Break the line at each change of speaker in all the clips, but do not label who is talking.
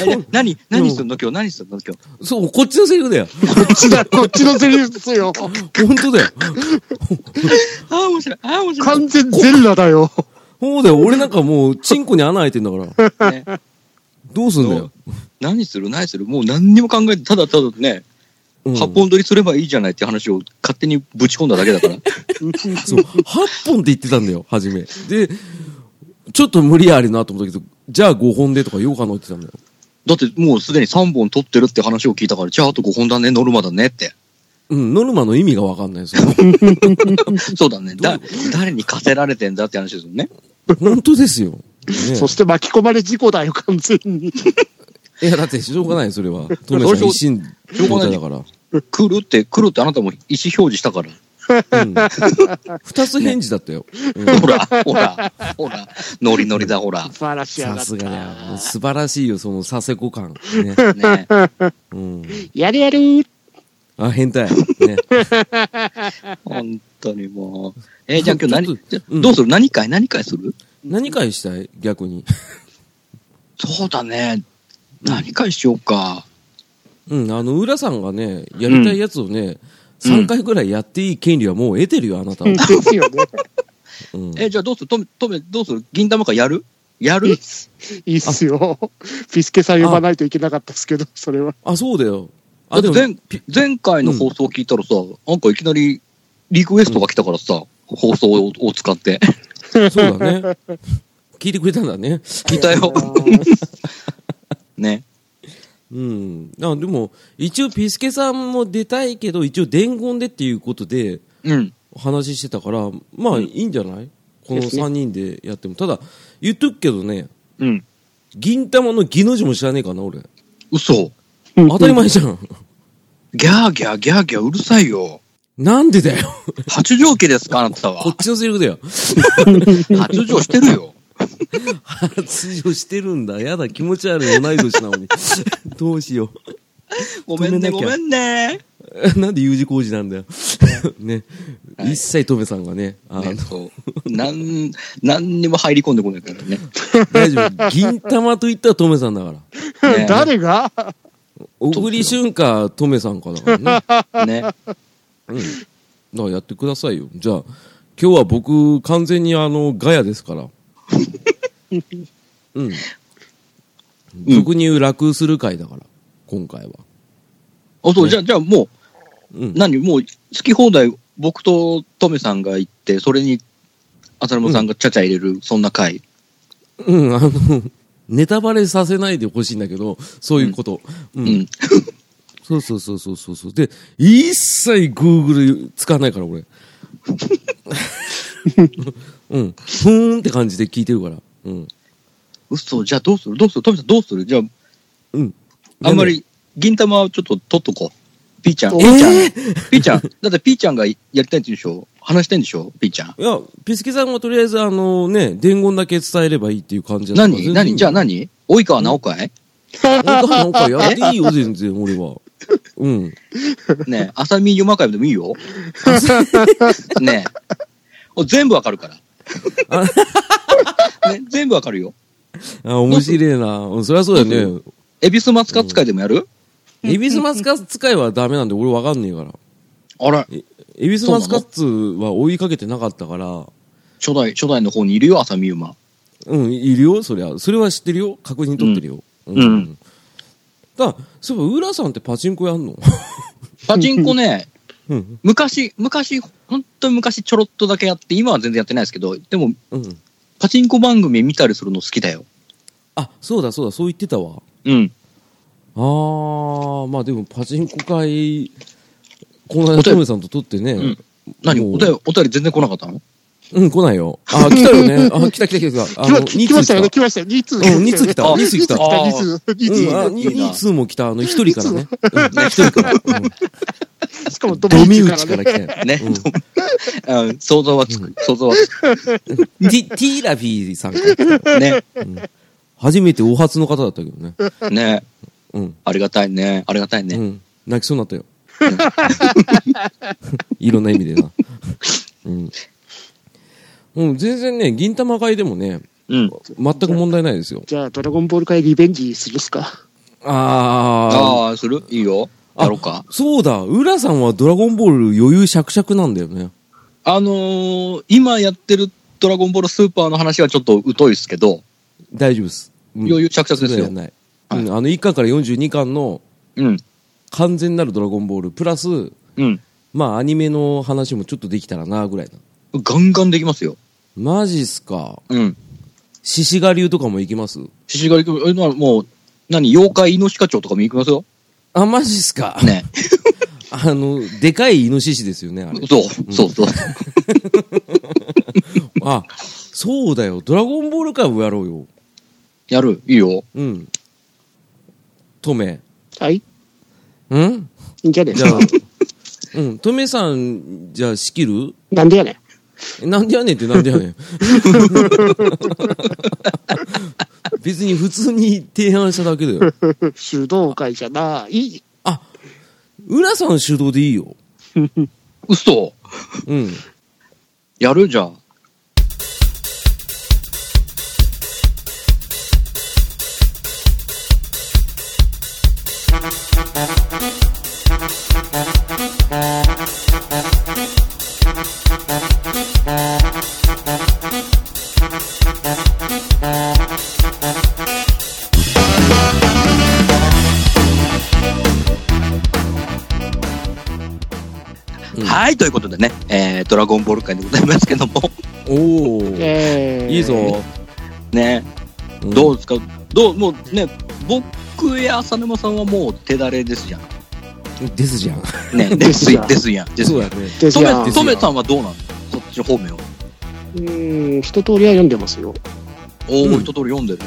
えな何、何すんの今日、何すんの今日。
そう、こっちのセリフだ よ。
こっ ちだ、こっちのセリフですよ。
本当だよ。
ああ、面白い。ああ、面白い。
完全全裸だよ。
そうだよ。俺なんかもう、チンコに穴開いてんだから。
ね
どうすんだよ。
何する何するもう何にも考えて、ただただね、
うん
八本取りすればいいじゃないって話を勝手にぶち込んだだけ だから。
そう、8本って言ってたんだよ、初め。で、ちょっと無理ありなと思ったけど、じゃあ5本でとか言おうかなって言ってたんだよ。
だってもうすでに3本取ってるって話を聞いたから、じゃああと5本だね、ノルマだねって。
うん、ノルマの意味がわかんないですよ。
そうだね。だ、誰に課せられてんだって話ですよね。
本当ですよ。ね
そして巻き込まれ事故だよ、完全に。
いや、だってしょうがない、それは。トメさん一心状態だから。
来るって、来るってあなたも意思表示したから。
うん。二つ返事だったよ。うん
ほら、ほら、ほら、ノリノリだ、ほら。
素晴らしいや
さ
がっ
すがだよ。
た。
素晴らしいよ、その佐世子感。ね。
ね、
うん。
やるやる
あ、変態。ね。
本当にもう。えーじゃあ今日何、
ち
じ
ょっと
ゃあ
うん
どうする何回何回する
何回したい逆に。
そうだね。何回しようか。
うん、あの、浦さんがね、やりたいやつをね、三3回ぐらいやっていい権利はもう得てるよ、あなたは。
です よね。
うん
えーじゃあどうするとめ、とめ、どうする銀玉かやるや
いい
る
っすいいっすよ。ピスケさん呼ばないといけなかったですけど、それは。
あ、そうだよ。
だ
あ、
って
でも、
前前回の放送聞いたらさ、なんかいきなりリクエストが来たからさ、放送をを使って。
そうだね。聞いてくれたんだね。
聞いた よ。 ね。
うん。あでも、一応、ピスケさんも出たいけど、一応、伝言でっていうことで、
うん。
話してたから、まあ、いいんじゃないこの3人でやっても。ただ、言っとくけどね、
うん。
銀玉の技の字も知らねえかな、俺。
嘘。
当たり前じゃん。
ギャーギャーギャーギャーうるさいよ。
なんでだよ。
八条家ですかあなた は
こ。っちのセリフだよ。
八条してるよ。
発情してるんだ。やだ、気持ち悪い。同い年なのに。 どうしよ
ごめんね、ごめんね。
う。 なんで U 字工事なんだよ。 ね。一切トメさんがね、あの
ね、そう。なん、なんにも入り込んでこないからね。
大丈夫。銀玉と言ったらトメさんだから。
ね
誰が
小栗旬かトメさんかだからね。
ね。
うん。だからやってくださいよ。じゃあ、今日は僕、完全にあの、ガヤですから。うん。俗に言う楽する会だから、今回は。
あ、そう、じゃあ、じゃあもう、
うん。
何もう、好き放題、僕とトメさんが行って、それに、浅沼さんがちゃちゃ入れる、そんな回。
うん、あの、ネタバレさせないでほしいんだけど、そういうこと。う。
うんん。
そうそうそうそうそうそう。で、一切 Google 使わないか ら、俺。うん。ふーんって感じで聞いてるから。うん。
嘘、じゃあどうするどうするトメさんどうするじゃあ、
うん。
あんまり、銀玉はちょっと取っとこう。ピーちゃん。
え
ピーちゃん。ピーちゃん。だってピーちゃんがやりたいんでしょ話したいんでしょピーちゃん。
いや、ピスケさんはとりあえず、あのね、伝言だけ伝えればいいっていう感じだったから
何何じゃあ何及川直会
俺なんかやっていいよ、全然、俺は。うん。
ねえ、浅見読ま会でもいい よ。ねえ。お全部わかるから。ね、全部わかるよ。
あ、面白いな。うんそりゃそうだよね。
エビスマツカツ会でもやる、
エビスマスカッツ使いはダメなんで、俺わかんねえから。
あら、
えエビスマスカッツは追いかけてなかったから、
初代、初代の方にいるよ、浅見馬。
うん、いるよ、そりゃ。それは知ってるよ。確認取ってるよ。うん
うん
だそういえば、浦さんってパチンコやんの
パチンコ ね、
うん。
昔、昔、本当に昔ちょろっとだけやって、今は全然やってないですけど、でも、
うん。
パチンコ番組見たりするの好きだよ。
あ、そうだそうだ、そう言ってたわ。
うん。
あー、まあでもパチンコ会、この間、トムさんと撮ってね。
うん何
もう
お便り、お便り全然来なかったの
うん、来ないよ。あ、来たよね。あ、来た来た来た来た。あ
来ま来ましたよね、。来ましたよ。2通
二通来たうん、2通
あ
来た。2通来
来
た
た、。
あ
2通。2
うん、あ、
通。
いいな
2通も来た。あの、1人からね。うん一人から。 うん
しかもド
ド
ミ
ミ
ニ
打
ク
ち
か
からら
ね。
来たよ。
ね。
うん
あ想像はつく。想像はつく。
ティティーラビーさんから。
ね。
初めてお初の方だったけどね。
ね。
うん。
ありがたいね。ありがたいね。
うん。泣きそうになったよ。いろんな意味でな。うん。うん、全然ね、銀玉会でもね、
うん。
全く問題ないですよ。
じゃあ、ドラゴンボール会リベンジするっすか。
あ
ああ、するいいよ。
あ
やろうか。
ー。そうだ、浦さんはドラゴンボール余裕しゃくしゃくなんだよね。
あのー今やってるドラゴンボールスーパーの話はちょっと疎いですけど、
大丈夫です。うん
余裕着々です
それ
よ
は。ない。う
はい
ん、あの、1巻から42巻の
うん。
完全なるドラゴンボール、プラス、
うん。
まあ、アニメの話もちょっとできたらな、ぐらいな。
ガンガンできますよ。
マジっすか。
うん。
獅子狩りとかも行きます
獅子狩り君、えなもう、何、妖怪イノシカ町とかも行きますよ。
あ、マジっすか。
ね。
あの、でかいイノシシですよね、あれ。
そう、そうそう。
あ、そうだよ。ドラゴンボール会もやろうよ。
やる、いいよ。
うん。トメ。
はいい
ん
いんじゃねえ
じゃ あ、うん。トメさん、じゃあ仕切る
なんでやねん。
えなんでやねんってなんでやねん。別に普通に提案しただけだよ。
主導会じゃない。
あ、浦さん主導でいいよ。
嘘
うん。
やるじゃあ。はい、ということでね、えー、ドラゴンボール会でございますけども、
おー、
えー
いいぞ。
ね、
うん
どうですか、どう、もうね、僕や浅沼さんはもう手だれですじゃん。
ですじゃん。
ね、
で
ですす
じ
や
ゃん
ん。ですやん。です
そう
や
や
ん。
ね。
でじ
染
ゃあ
め、染めさんはどうなのそっちの方面を。
うん、一通りは読んでますよ。
お
う
ー、
ん
一通り読んでる。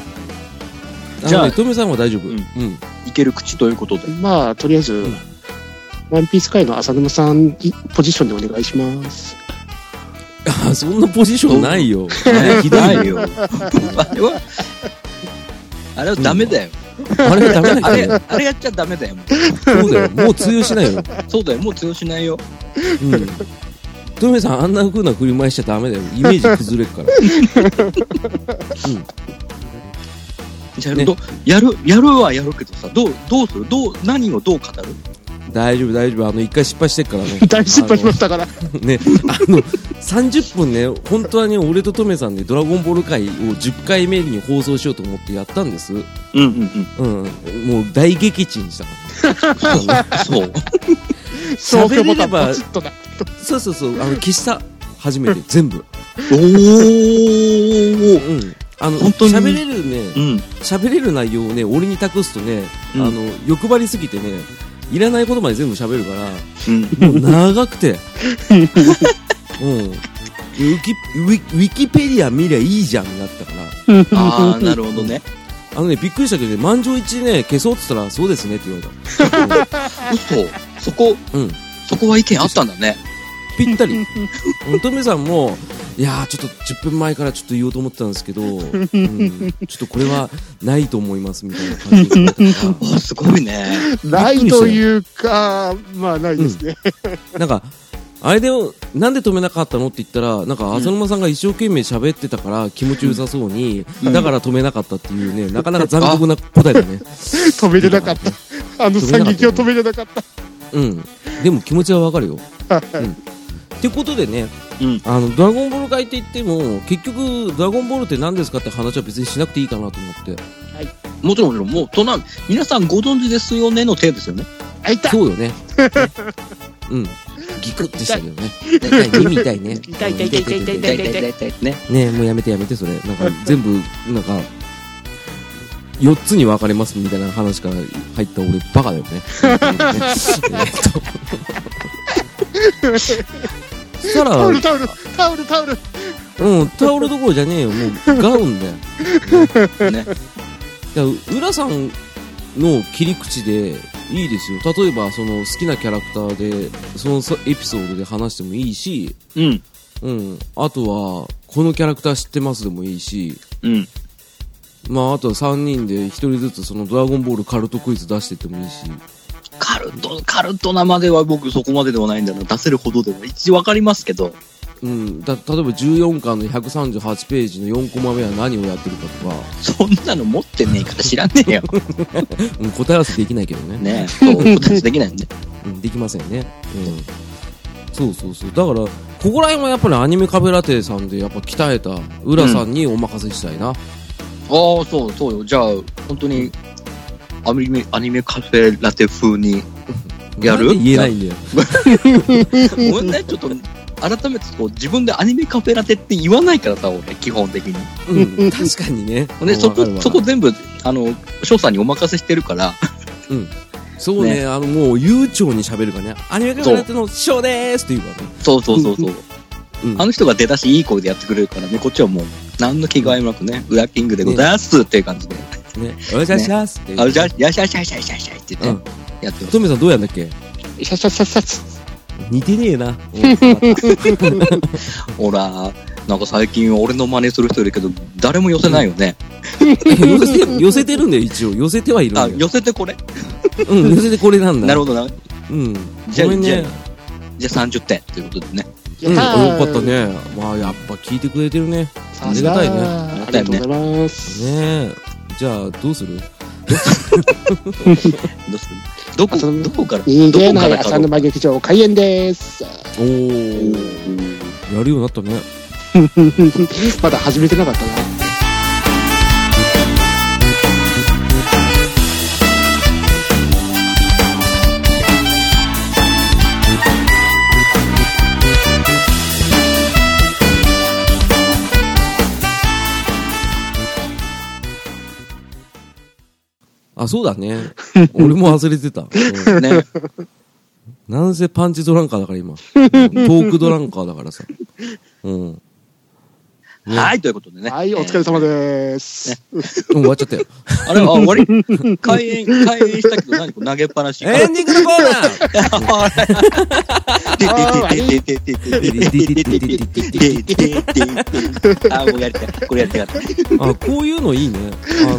じ
じゃ
ゃ
あ
あ、トメさんは大丈夫。う。
うんんいける口ということで。
まあ、とりあえず、
ん
ワンピース界の浅沼さん、いポジションでお願いします。。
あ、そんなポジションないよ。ねひどい
ないよ。あれは、あれはダメだよ。
あれダメ
あ
だ
れ、
よ。
あれやっちゃダメだよ。
そうだよ。もう通用しないよ。
そうだよ、もう通用しないよ。
うん。トメさん、あんな風な振り舞いしちゃダメだよ。イメージ崩れるから。
やる,、
ね
やる、やるはやるけどさ、どう、どうするどう、何をどう語る
大丈夫、大丈夫。あの、一回失敗してっか らね
大失敗しましたから。
あのね、あの、30分ね、本当はね、俺とトメさんでドラゴンボール回を10回目に放送しようと思ってやったんです。うん。
うんうんうん。
もう大激鎮したから。
そう。
そう
喋れれば
ポチッとだ。
そうそうそう、あの、消した。初めて、全部。
おー
うん。あの、
本当に
喋れるね、
うん。
喋れる内容をね、俺に託すとね、
うん
あの、欲張りすぎてね、いらないことまで全部喋るから、
うん。
もう 長くて。うん。ウィキ、ウィウィキペディア見りゃいいじゃんになったから。
ああ、なるほどね。
あのね、びっくりしたけどね、満場一致ね、消そうって言ったら、そうですねって言わ れた。
嘘。そこ、
うん。うん
そこは意見あったんだね。
ぴったり。うんトメさんも、いやー、ちょっと10分前からちょっと言おうと思ってたんですけど、うん、ちょっとこれはないと思いますみたいな感じで言ったか
あすごいね。
ないというか、まあ、ないですね。
ら、なんか、あれでも、なんで止めなかったのって言ったら、なんか、浅沼さんが一生懸命喋ってたから気持ちよさそうに、
うん
だから止めなかったっていうね、なかなか残酷な答えだね。
止めれなかった。あの惨劇を止めれなかった。
うん。でも気持ちはわかる よ。うん。ってことでね、
うん
あの、ドラゴンボール界って言っても、結局、ドラゴンボールって何ですかって話は別にしなくていいかなと思って。
もちろん、もちろん、もう、そんな、皆さんご存知ですよねの手ですよね。
あ、いた
そう よね。うん。ギクッてしたけどね。痛いね、耳痛いね。
痛い痛い痛い痛い痛い痛
大体、大体、ね。
ねもうやめてやめて、それ。なんか、全部、なんか、4つに分かれますみたいな話から入った俺、バカ だよね。えっ とそした
タオ
ら
ル、、タオル、タオル、タオル。
うん、タオルどころじゃねえよ、もうガウンだよ。
ね。
だから浦さんの切り口でいいですよ。例えば、その好きなキャラクターで、そのさエピソードで話してもいいし、
うん。
うん、あとは、このキャラクター知ってますでもいいし、
うん。
まあ、あとは3人で1人ずつそのドラゴンボールカルトクイズ出してってもいいし、
カルト、カルトなまでは僕そこまでではないんだな。出せるほどでも、一応わかりますけど。
うん、だ例えば14巻の138ページの4コマ目は何をやってるかとか、
そんなの持ってねえから知らねえ よ。
うん、答え合わせできないけどね
ねえ、そう、答えできないんで。
うん、できませんね、うん、そうそうそうだからここら辺はやっぱりアニメカフェラテさんでやっぱ鍛えた浦さんにお任せしたいな、
ああ、そう、そうよ。じゃあ、本当に、アニメ、アニメカフェラテ風に。やる
なんで言えないんだよ
ごめんね、ちょっと、改めてこう、自分でアニメカフェラテって言わないからさ、俺、基本的に。
うん、 確かにね。
で、そこ
わかる、わ
そこ全部、あの、翔さんにお任せしてるから、
そうね
ね
あの、もう、悠長に喋るからね。アニメカフェラテの師匠でーすって言うからね。
そうそうそうそう。
うん
あの人が出だしいい声でやってくれるからね、こっちはもう、何の気概もなくね、ウラキングでございますっていう感じで、
ね。お願いしますって。
あ、じゃあ、よしよしよしよしよしって
う
ね
ん、。
やってます。
トメさんどうやんだっけ
シャシャシャシャシ
似てねえ な。
ほら、なんか最近俺の真似する人いるけど、誰も寄せないよね。
寄せて、寄せてるんだよ、一応。寄せてはいるんだ
あ、
よ。
寄せてこれ
うん、寄せてこれなんだ。
なる
ほ
ほどな。
ど。うん。
じゃあ
ごめん
じゃ
ね。
じゃあ30点ということでね。
ャ
うん、
や
よ
たー
かったね。まあ、やっぱ聞いてくれてるね。
さ
あ
す
り
が
がたいね。ね
ありがとうございます。
え。じゃあ、どうする
どうするどこ、
あその
どこから、
逃
ど
げ
こ
な
か
い
らか
浅沼劇場開演です。
おー。やるようになったね。
まだ始めてなかったな。
あ、そうだね。俺も忘れてた。うん
ね。
なんせパンチドランカーだから今。トークドランカーだからさ。うん。ね
はい、ということでね。
はい、お疲れ様です。
うん終わっちゃったよ。
あれ、あ、終わり開演、開演したけど何これ投げっぱなし。
エンディングのコーナー
あ、もうやりたい。これやりたかった。
あ、こういうのいいね。あの、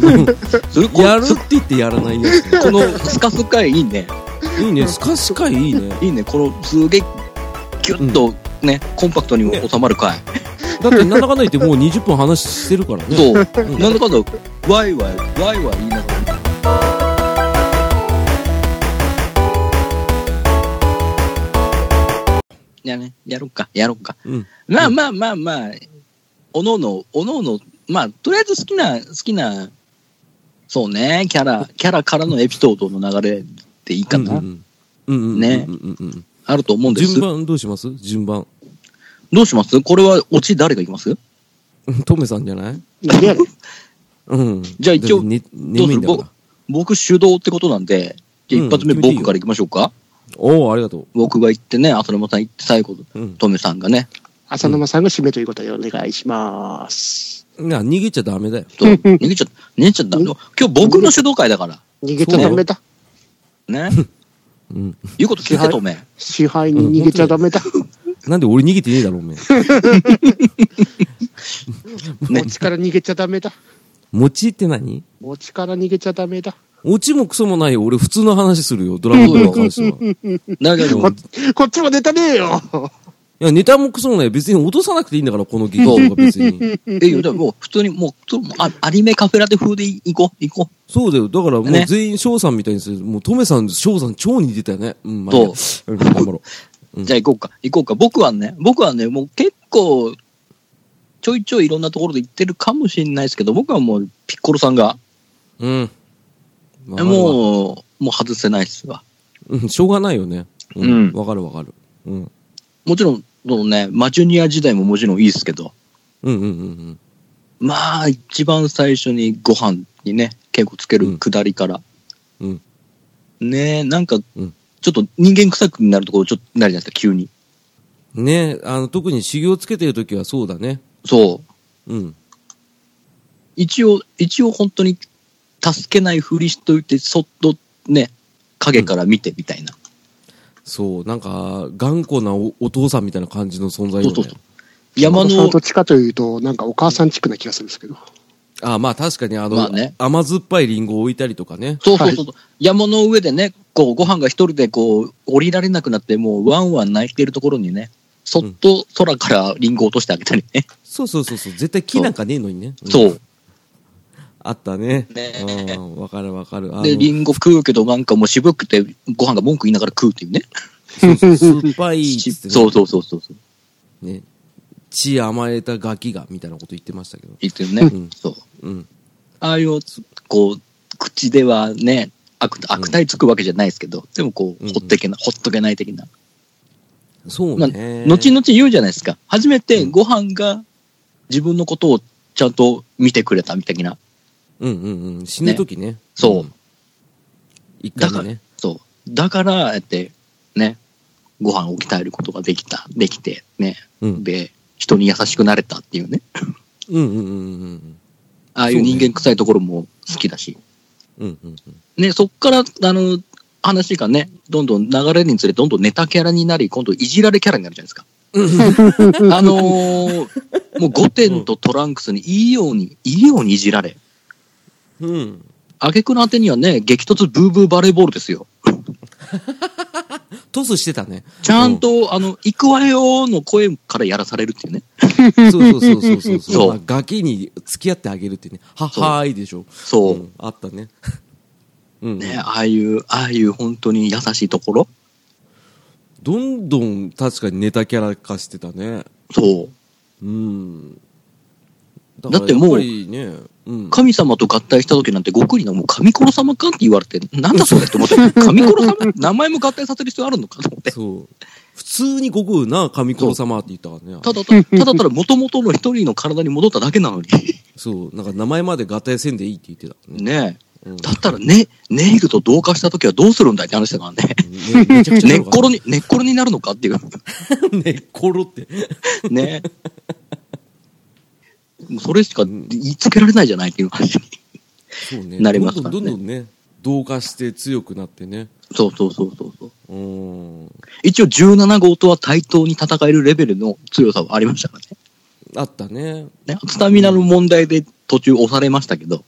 それ、こ
やる
そ
って言ってやらないやつね。
このスカスカいいね。
いいね。スカスカいいね。
いいね。このすげえキュッとね、コンパクトにも収まる回。
だって、なんだかんだ言ってもう20分話してるからね。
そう。
ん
なんだかんだ、ワイワイ、ワイワイ言いながら。やね、やろうか、やろうか。
うん。
まあまあまあまあ、おのおの、おのおの、まあ、とりあえず好きな、好きな、そうね、キャラ、キャラからのエピソードの流れでいいか
うん
な。
うんうんうん。
ね
うんうんうん
あると思う
うんん。
です
順。番どうします順番。
どうしますこれは、オチ誰がいきます
うんトメさんじゃない
何 やろ
うん。
じゃあ一応
だってね眠いんだか
どう
ら。
僕主導ってことなんで、じゃあ
うん
一発目
決めていいよ
僕からいきましょうか。
おー、ありがと
僕が行ってね、浅沼さん行って最後、
う。うん。
トメさんがね、
浅沼さんが締めということでお願いします。
いや、逃げちゃダメだよ。
そう逃げちゃった、逃げちゃった。
うん
今日僕の主導会だから。
逃げちゃダメだ。
ね。
うん。
言うこと聞いて、トメ。
支配に逃げちゃダメだ。
なんで俺逃げてねえだろ、おめえ。
ね
持ちから逃げちゃダメだ。
餅って何
持ちから逃げちゃダメだ。
オチもクソもないよ。俺普通の話するよ。ドラゴンボールの話 は。い
だけど、
うん
こっちもネタねえよ。
や、ネタもクソもないよ。別に落とさなくていいんだから、この劇場が別に。
え、いや、じゃあもう普通に、もう、そうもうあアニメカフェラテ風で行こう、行こ
そうだよ。だからもう
ね
全員翔さんみたいにする。もうトメさん、翔さん超似てたよね。うん、まあ
そう
うん頑張ろう
う。
ん
じゃあ行こうか、行こうか。僕はね、僕はね、もう結構、ちょいちょいいろんなところで行ってるかもしれないですけど、僕はもう、ピッコロさんが、
う。うん。わかるわ
もう、もう外せないっすわ。
うん、しょうがないよね。
うん
わかるわかる。うん。
もちろん、そのね、マジュニア時代ももちろんいいっすけど、
うんうんうん
まあ、一番最初にご飯にね、結構つけるくだりから。
うん。うん。
ねえ、なんか、ち
う
ょ
ん
っと人間臭くなるところ、ちょっとなるじゃないですか、急に。
ねあの、特に修行つけてる時はそうだね。
そう。
うん。
一応、一応本当に助けないふりしといて、そっとね、影から見てみたいな。
そう、なんか、頑固なおお父さんみたいな感じの存在
そう
よね。
そうそう。山
お子さ
の
ん、どっちかというと、なんかお母さんチックな気がするんです けど。
あまあ確かにあの、
まあね
甘酸っぱいリンゴを置いたりとかね。
そうそうそう、山の上でね、こう、ご飯が一人でこう、降りられなくなって、もうワンワン泣いてるところにね、そっと空からリンゴ落としてあげたりね。
そうそうそうそう絶対木なんかねえのにね、ん
そう。
あったね
ねえ
うんわかるわかるあの
で、リンゴ食うけど、なんかもう渋くて、ご飯が文句言いながら食うっていうね。
そうそう酸っぱいっつってね
そうそうそうそう。
ね血甘えたガキがみたいなこと言ってましたけど
言ってるね。
うん
そう。
うん
ああいう、こう、口ではね、悪悪態つくわけじゃないですけど、でもこう、
うんうん
ほっとけな、ほっとけない的な。
そう
まあ、
ね、
後々言うじゃないですか。初めてご飯が自分のことをちゃんと見てくれたみたいな。
うんうんうん死ぬ時ね
そうん
一回目ね
そう。だから、やって、ね、ご飯を鍛えることができた、できて、ね、
うん
で、人に優しくなれたっていうね。
うんうんうんうん
ああいう人間臭いところも好きだし。
うんうんうん
ね、そっから、あの、話がね、どんどん流れにつれ、どんどんネタキャラになり、今度いじられキャラになるじゃないですか。あのーもうゴテンとトランクスにいいように、いいようにいじられ。
うんうん
挙句の果てにはね、激突ブーブーバレーボールですよ。
トスしてたね
ちゃんと、あの、行くわよーの声からやらされるっていうね。
そうそうそうそうそう
そう
まあガキに付き合ってあげるってねは
そう
はーいでしょ
そう。
んあったねうん
ね、ああいう、ああいう本当に優しいところ。
どんどん確かにネタキャラ化してたね
そう。
うんだ
だってもう
やっぱりね、うん、
神様と合体した時なんて、悟空にはもう神殺様かって言われて、なんだそれって思って、神殺様名前も合体させる必要あるのかと思って。
そう普通に悟空な神子様って言ったからね
ただただ、ただただ元々の一人の体に戻っただけなのに。
そうなんか名前まで合体せんでいいって言ってたね
ね
う
え。
ん
だったらね、ネイルと同化した時はどうするんだいって話だから ね。
ねめちゃくちゃ
根っころに、根っころになるのかっていう。
寝っ転って
ねえ。もうそれしか言いつけられないじゃないっていう話。
そうね
なりますからね
どんどんどんどんね同化して強くなってね
そうそうそうそうそう。
うん
一応17号とは対等に戦えるレベルの強さはありましたからね。
あったね
ね、スタミナの問題で途中押されましたけど、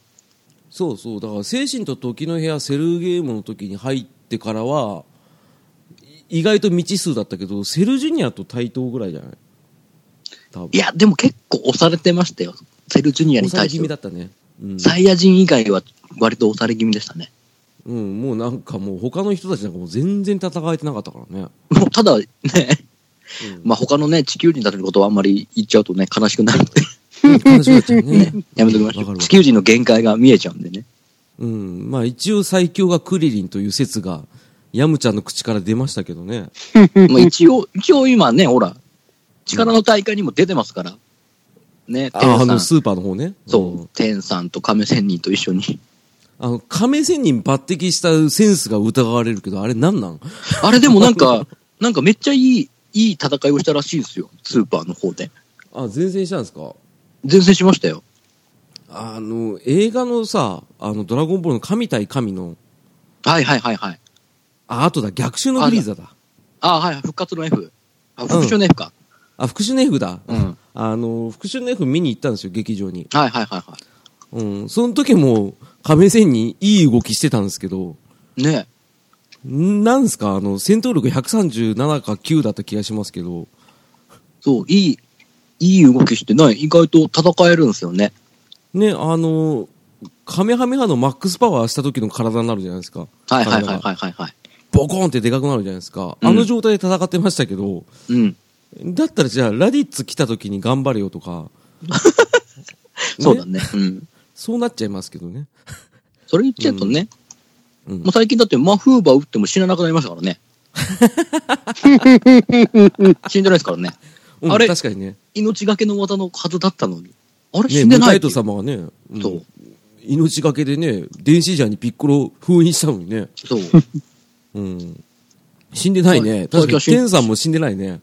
そうそうだから精神と時の部屋セルゲームの時に入ってからはい意外と未知数だったけどセルジュニアと対等ぐらいじゃない多分
いや、でも結構押されてましたよ、セルジュニアに
抑え
対
気
しては。
味だったねうん、
サイヤ人以外は割と押され気味でしたね。
うん、もうなんかもう他の人たちなんかもう全然戦えてなかったからね、
もうただね、
うん
まあ他のね、地球人たちのことはあんまり言っちゃうとね、悲しくなるんで、
悲しくなっちゃうね
ね、 やめときましょ
わかるわ
う。地球人の限界が見えちゃうんでね。
うんまあ一応最強がクリリンという説がヤムちゃんの口から出ましたけどね
まあ一応、一応今ね、ほら、力の大会にも出てますから、ね、
あ
天
あ
さん
の、スーパーの方ね
そ
ん
う、天さんと亀仙人と一緒に。
あの亀仙人抜擢したセンスが疑われるけどあれなんなん
あれでもなんか、 なんかめっちゃいい、いい戦いをしたらしいんですよ。スーパーの方で。
あ前線したんですか
前線しましたよ。
あの映画のさ「あのドラゴンボール」の神対神の
はいはいはいはい。
ああとだ逆襲のフリーザだ
あはい、復活の F。あ、復讐の F か。
あ復讐の F だ、
うん
あの復讐の F 見に行ったんですよ劇場に
はいはいはいは
うん、その時も、亀仙人、いい動きしてたんですけど、
い。ね
んなんすか、あの、戦闘力137か9だった気がしますけど、
そう、いい、いい動きしてない。意外と戦えるんですよね。
ね、あの、カメハメハのマックスパワーした時の体になるじゃないですか。
はいはいはい
体が
はいはいはい。
ボコーンってでかくなるじゃないですか。
うん
あの状態で戦ってましたけど、
うん。
だったらじゃあ、ラディッツ来た時に頑張れよとか、
そうだね。うん。
そうなっちゃいますけどね。
それ言っちゃうとね、
うん
もう最近だってマフーバー打っても死ななくなりましたからね。死んでないですから ね。
うん
あれ
確かにね。
命がけの技のはずだったのに。あれ
ね、
死んで
ム
な
タ
い
イ
って
ト
いう
様がね、うん
そう。
命がけでね、電子ジャーにピッコロ封印したのにね。
そう。
うん。死んでないね。
そう
確かに、
そう
ケンさんも死んでないね。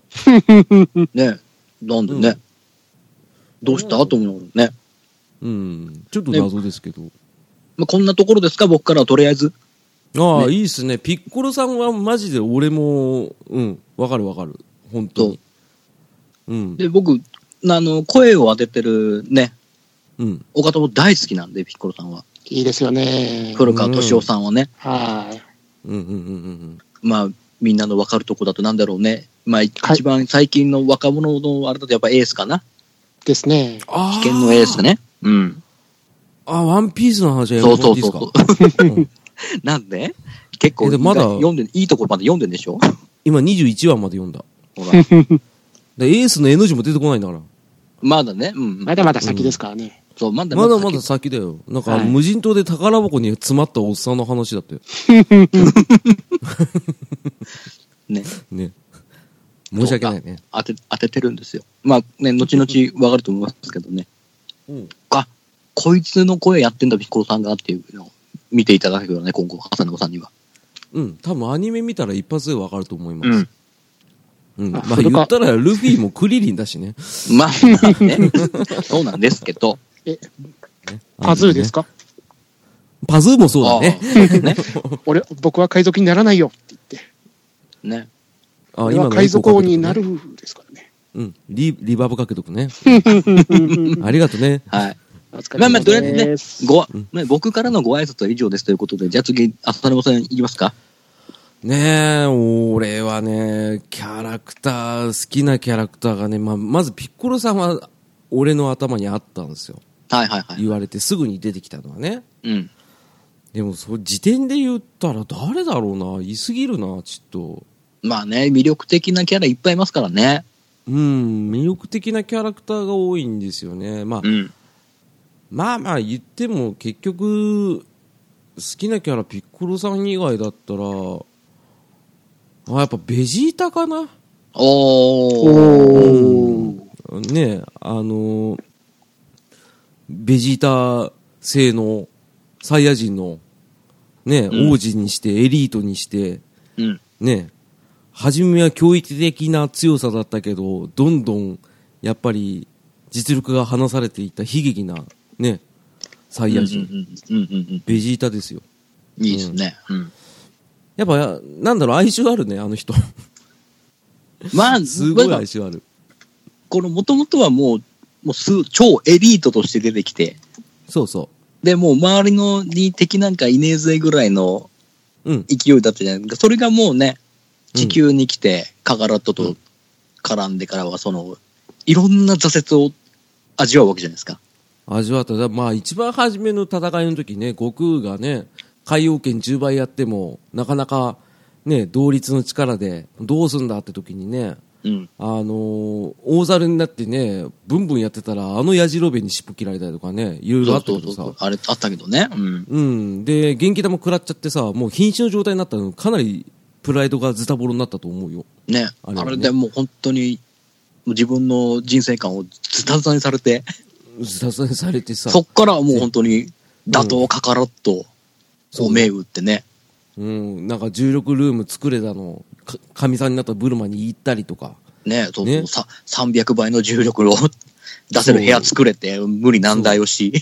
ねなんでね。どうしたと思うね。
うん。ちょっと謎ですけど。
まあ、こんなところですか僕からはとりあえず。
ああ、いいっすね。ピッコロさんはマジで俺も、うん、わかるわかる。本当に。うん。
で、僕、あの、声を当ててるね、
うん。
お方も大好きなんで、ピッコロさんは。
いいですよね。
黒川敏夫さんはね。
はい。
うんうんうんうんうん。
まあ、みんなの分かるとこだとなんだろうね。まあ、一
はい
一番最近の若者のあれだとやっぱエースかな。
です ね。
危
危険のエースね。うん。
あ、ワンピースの話はや
そ
め
う
ても
そ
らっ
う
ていいで
そう
すか
そう。
うん
なんで結構
えでもまだ
読んで、いいとこまで読んでんでしょ
今21話まで読んだ。
ほら。
でエースの N 字も出てこないんだから。
まだね。うん。
まだまだ先ですからね。
そう、まだ
ま
まだ
だ
先。
まだ先だよ。なんか、
はい
無人島で宝箱に詰まったおっさんの話だって。
ね。
ね。申し訳ないね。
当て、当ててるんですよ。まあね、後々分かると思いますけどね。
うん
あ、こいつの声やってんだ、ピッコロさんがっていうのを見ていただければね、今後、浅野さんには。
うん。多分アニメ見たら一発でわかると思います。うん。ま
あ
あ
それか
言ったらルフィもクリリンだしね。
まあ、まあね、そうなんですけど。
パズーですか、
あのねパズーもそうだね。
ああ。ね。
俺、僕は海賊にならないよって言って。
ね。
あ
俺は
の
海賊王になるですからね。
うん。リ、リバーブかけとく ね。ありがとね。
はい。
お疲れ様
まあまあ、とりあえず
で
ね
す、
ご、ね、僕からのご挨拶は以上ですということで、じゃあ次、浅野さんいきますか。
ねえ、俺はね、キャラクター、好きなキャラクターがね、まあ、まずピッコロさんは俺の頭にあったんですよ。
はいはいはい。
言われてすぐに出てきたのはね。
うん。
でも、そう、時点で言ったら誰だろうな。言いすぎるな、ちょっと。
まあね、魅力的なキャラいっぱいいますからね。
うん、魅力的なキャラクターが多いんですよね。まあ、
うん。
まあまあ言っても結局、好きなキャラピッコロさん以外だったら、あ、やっぱベジータかな
おー。
おー。
ねえ、あのーベジータ製のサイヤ人の、ねえ、
うん
王子にして、エリートにして、
うん。
ねえ、初めは驚異的な強さだったけど、どんどん、やっぱり、実力が離されていった悲劇な、ね、サイヤ人、
うんうんうんうん
ベジータですよ。
うん。いいですね。うん。
やっぱ、なんだろう、哀愁あるね、あの人。
まあ、
すごい
まあ
哀愁ある。
この、もともとはもう、もうす、超エリートとして出てきて、
そうそ
で、もう周りのに敵なんかいねえぜぐらいの
う。うん。
勢いだったじゃないですか。それがもうね、地球に来て、カガラット
う
と
ん
絡んでからは、その、いろんな挫折を味わうわけじゃないですか。
味わった。だまあ、一番初めの戦いの時ね、悟空がね、海洋圏10倍やっても、なかなか、ね、同率の力で、どうすんだって時にね、
うん。
あのー大猿になってね、ブンブンやってたら、あのやじろべえに尻尾切られたりとかね、いろいろあったけどさ。
そうそうそうあれ、あったけどね。うん。
うん。で、元気玉食らっちゃってさ、もう瀕死の状態になったの、かなりプライドがズタボロになったと思うよ。
ね。
あれはね
あれでもう本当に、もう自分の人生観をズタズタにされて、
ズタズタにされてさ。
そっからはもう本当に、打倒カカロット、
そう
こう銘打ってね。
うん。なんか重力ルーム作れたの、かかみさんになったブルマに行ったりとか。
ね、そう
ね
さ300倍の重力を 出せる部屋作れて、無理難題をし、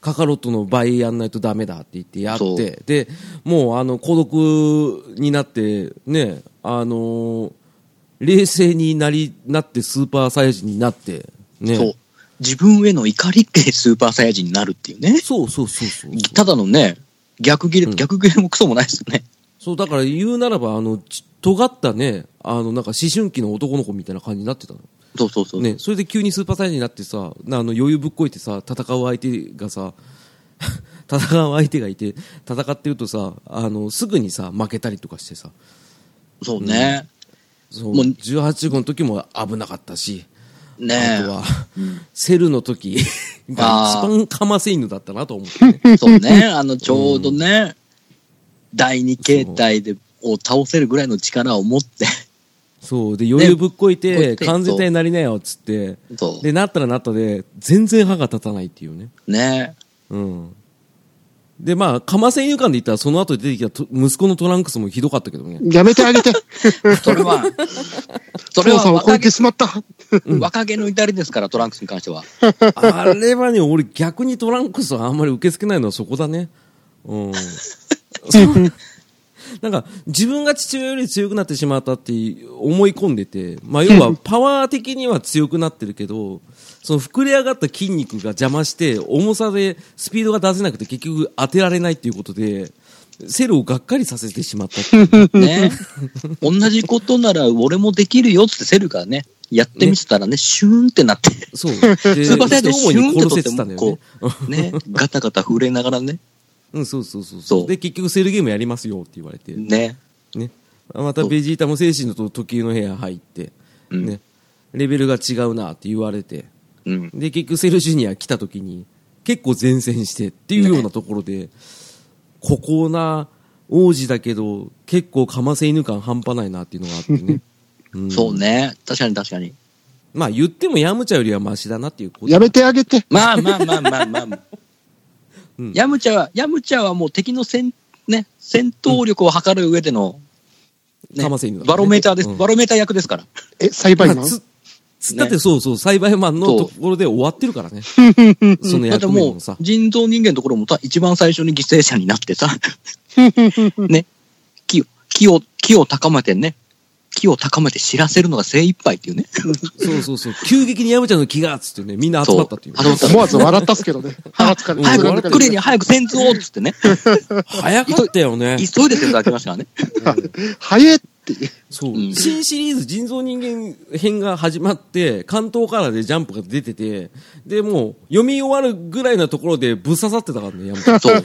カカロットの倍やんないとダメだって言ってやっ
そう
て、で、もうあの、孤独になって、ね、あのー冷静になり、なってスーパーサイヤ人になって、ね。
そう。自分への怒りってスーパーサイヤ人になるっていうね。
そうそうそうそう。
ただのね、逆切れ、
うん
逆切れもクソもないですよね。
そう、だから言うならば、あの、ち尖ったね、あの、なんか思春期の男の子みたいな感じになってたの。
そうそうそう。
ね、それで急にスーパーサイヤ人になってさ、なあの余裕ぶっこいてさ、戦う相手がさ、 戦う相手がいて、戦ってるとさ、あの、すぐにさ、負けたりとかしてさ、
そうね。
そう
もう
18号の時も危なかったし、あ
ね
とは、セルの時
あ
が一
ー
番かませ犬だったなと思って、 ね、
え。そうね。あの、ちょうどね、第二形態で、を倒せるぐらいの力を持って、
そう、で、余裕ぶっこい
ぶっこ
て、
いて
完全体になりなよっつって、
そ
で、なったらなったで、全然歯が立たないっていうね。
う。ね。
うん。で、まあ、かませ犬館で言ったら、その後で出てきたと息子のトランクスもひどかったけどね。
やめてあげて。
それは、 それ
父
は
さんを超え
若気
てしまった。
若気の至りですから、トランクスに関しては。
あれはね、俺逆にトランクスはあんまり受け付けないのはそこだね。うん。 そうなんか、自分が父親より強くなってしまったって思い込んでて、まあ、要 はパワー的には強くなってるけど、その膨れ上がった筋肉が邪魔して、重さでスピードが出せなくて結局当てられないっていうことで、セルをがっかりさせてしまったっていう
ね。同じことなら俺もできるよっつってセルがね、やってみてたらね、シューンってなって、
そう。で、
スーパーサイヤ人
一思いに殺せてたんだよね。
ね、ガタガタ震えながらね、
うん、そうそうそう
そ
そうう。で、結局セールゲームやりますよって言われて、
ね。
ね。またベジータも精神と時計の部屋入って、
うん
ね。レベルが違うなって言われて、
うん。
で、結局セルジュニア来た時に、結構前線してっていうようなところで、孤高な王子だけど、結構かませ犬感半端ないなっていうのがあって ね。ん
そうね。確かに確かに。
まあ言ってもヤムチャよりはマシだなっていうこと。
やめてあげて。
まあまあまあまあまあ。
うん
ヤムチャは、ヤムチャはもう敵の戦、ね、戦闘力を測る上での、ね
かませ犬だね
バロメーターです、
うん
バロメーター役ですから。
え、裁判
ま
マ
あ
ン
つつったってそうそう、栽培マンの
そう
ところで終わってるか らね。その
だって
役目
もう
もさ、。
人造人間のところもさ、一番最初に犠牲者にな ってさ、ね、木を、木を、木を高めてね、木を高めて知らせるのが精一杯っていうね。
そうそうそう。急激にヤムちゃんの気がっつってね、みんな集まったっていう。
そう集まった
思わず笑ったっすけ どね。腹つかれて。
早
うん
く、クレイに早く戦闘をっつってね、
早かったよね。
急いでていただきま したからね。
早えっていう。
そう、
うん
新シリーズ人造人間編が始まって、関東からでジャンプが出てて、で、もう読み終わるぐらいのところでぶっ刺さってたからね、ヤム ちゃん。
そう。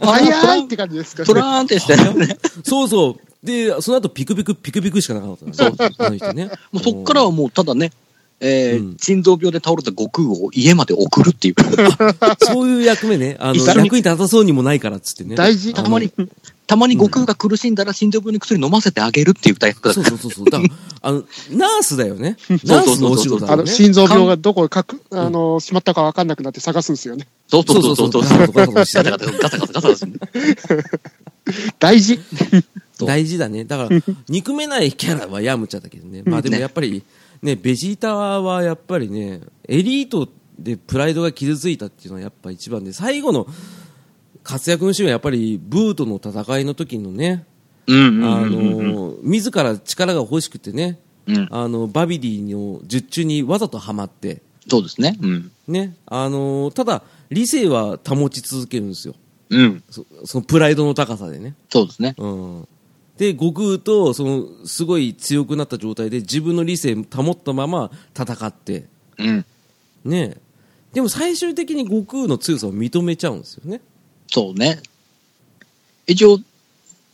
早いって感じですか
ト
ね
ラ。ーンってして ね。
そうそう。で、その後ピクピク、ピクピクしかなかったね。そう。あの人ね。
もうそっからはもうただね、えー
うん
腎臓病で倒れた悟空を家まで送る っていう。
そういう役目ね。あの、
一緒に
役に立たそうにもないからっつってね。
大事。
たまに、たまに悟空が苦しんだら心臓病の薬飲ませてあげるっていう大学だ
そ
か
う
ら。
そうそうそう。だから、あの、ナースだよね。ナースのお仕事だよ
あの、
ね。
心臓病がどこかく、あの、しまったかわかんなくなって探すんですよね。
そうそうそうそうそう。
そうそうそう
ガタガタガタガタガタガタ。
大 事。
そう
大事だね。だ から、憎めないキャラはヤムチャだけどね。まあでもやっぱり、ね、ベジータはやっぱりね、エリートでプライドが傷ついたっていうのはやっぱ一番で、最後の活躍のシーンはやっぱり、ブーとの戦いの時のね、
うん
あ
うんうんうんうん。
の、自ら力が欲しくてね、
うん
あの、バビディの術中にわざとハマって、
そうですね。うん。
ね、あの、ただ、理性は保ち続けるんですよ。
うん。
そそのプライドの高さでね。
そうですね。
うん、で悟空とそのすごい強くなった状態で自分の理性保ったまま戦って
うん。
ねでも最終的に悟空の強さを認めちゃうんですよね
そうね。一応、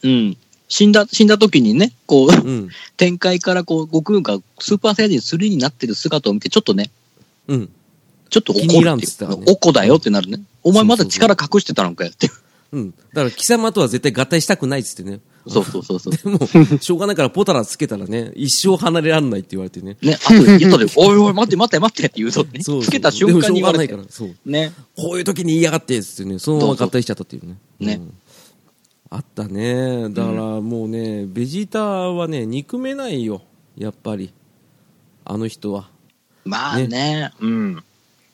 うん。死んだ、死んだ時にね、こう、
うん
展開からこう、悟空がスーパーサイヤ人3になってる姿を見て、ちょっとね、
うん
ちょっと怒る
気に入らんっ
って
つって
い
たから
う
ね
おこだよってなるね。お前まだ力隠してたのかよって。
うん、だから貴様とは絶対合体したくないっつってね
そうそうそうそう。
でも しょうがないからポタラつけたらね一生離れらんないって言われてね
ね、あと言ったで、おいおい、待って待って待ってって言うとね。
そうそう
つけた瞬間に言われ
で
て。
もしょうがないからそう
ね。
こういう時に言いやがってっつってね、そのまま合体しちゃったっていうね。
そうそう
う
ね
んあったね。だからもうね、ベジータはね、憎めないよ。やっぱり。あの人は。
まあね、うん。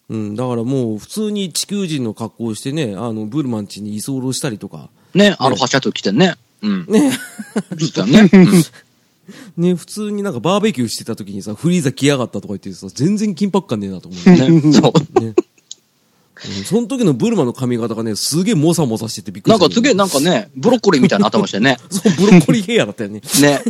うん、だからもう普通に地球人の格好をしてね、あの、ブルマンチに居候したりとか、
ね、あの、はしゃっと来てね。うん。
ね、
してたね。うん
ね、普通になんかバーベキューしてた時にさ、フリーザ来やがったとか言ってさ、全然緊迫感ねえなと思う。
ね、そう。
うんその時のブルマの髪型がね、すげえモサモサしててびっくり
な
し
ん
た
かすげえ、なんかね、ブロッコリーみたいな頭してね。
そう、ブロッコリーヘアだったよね。
ね。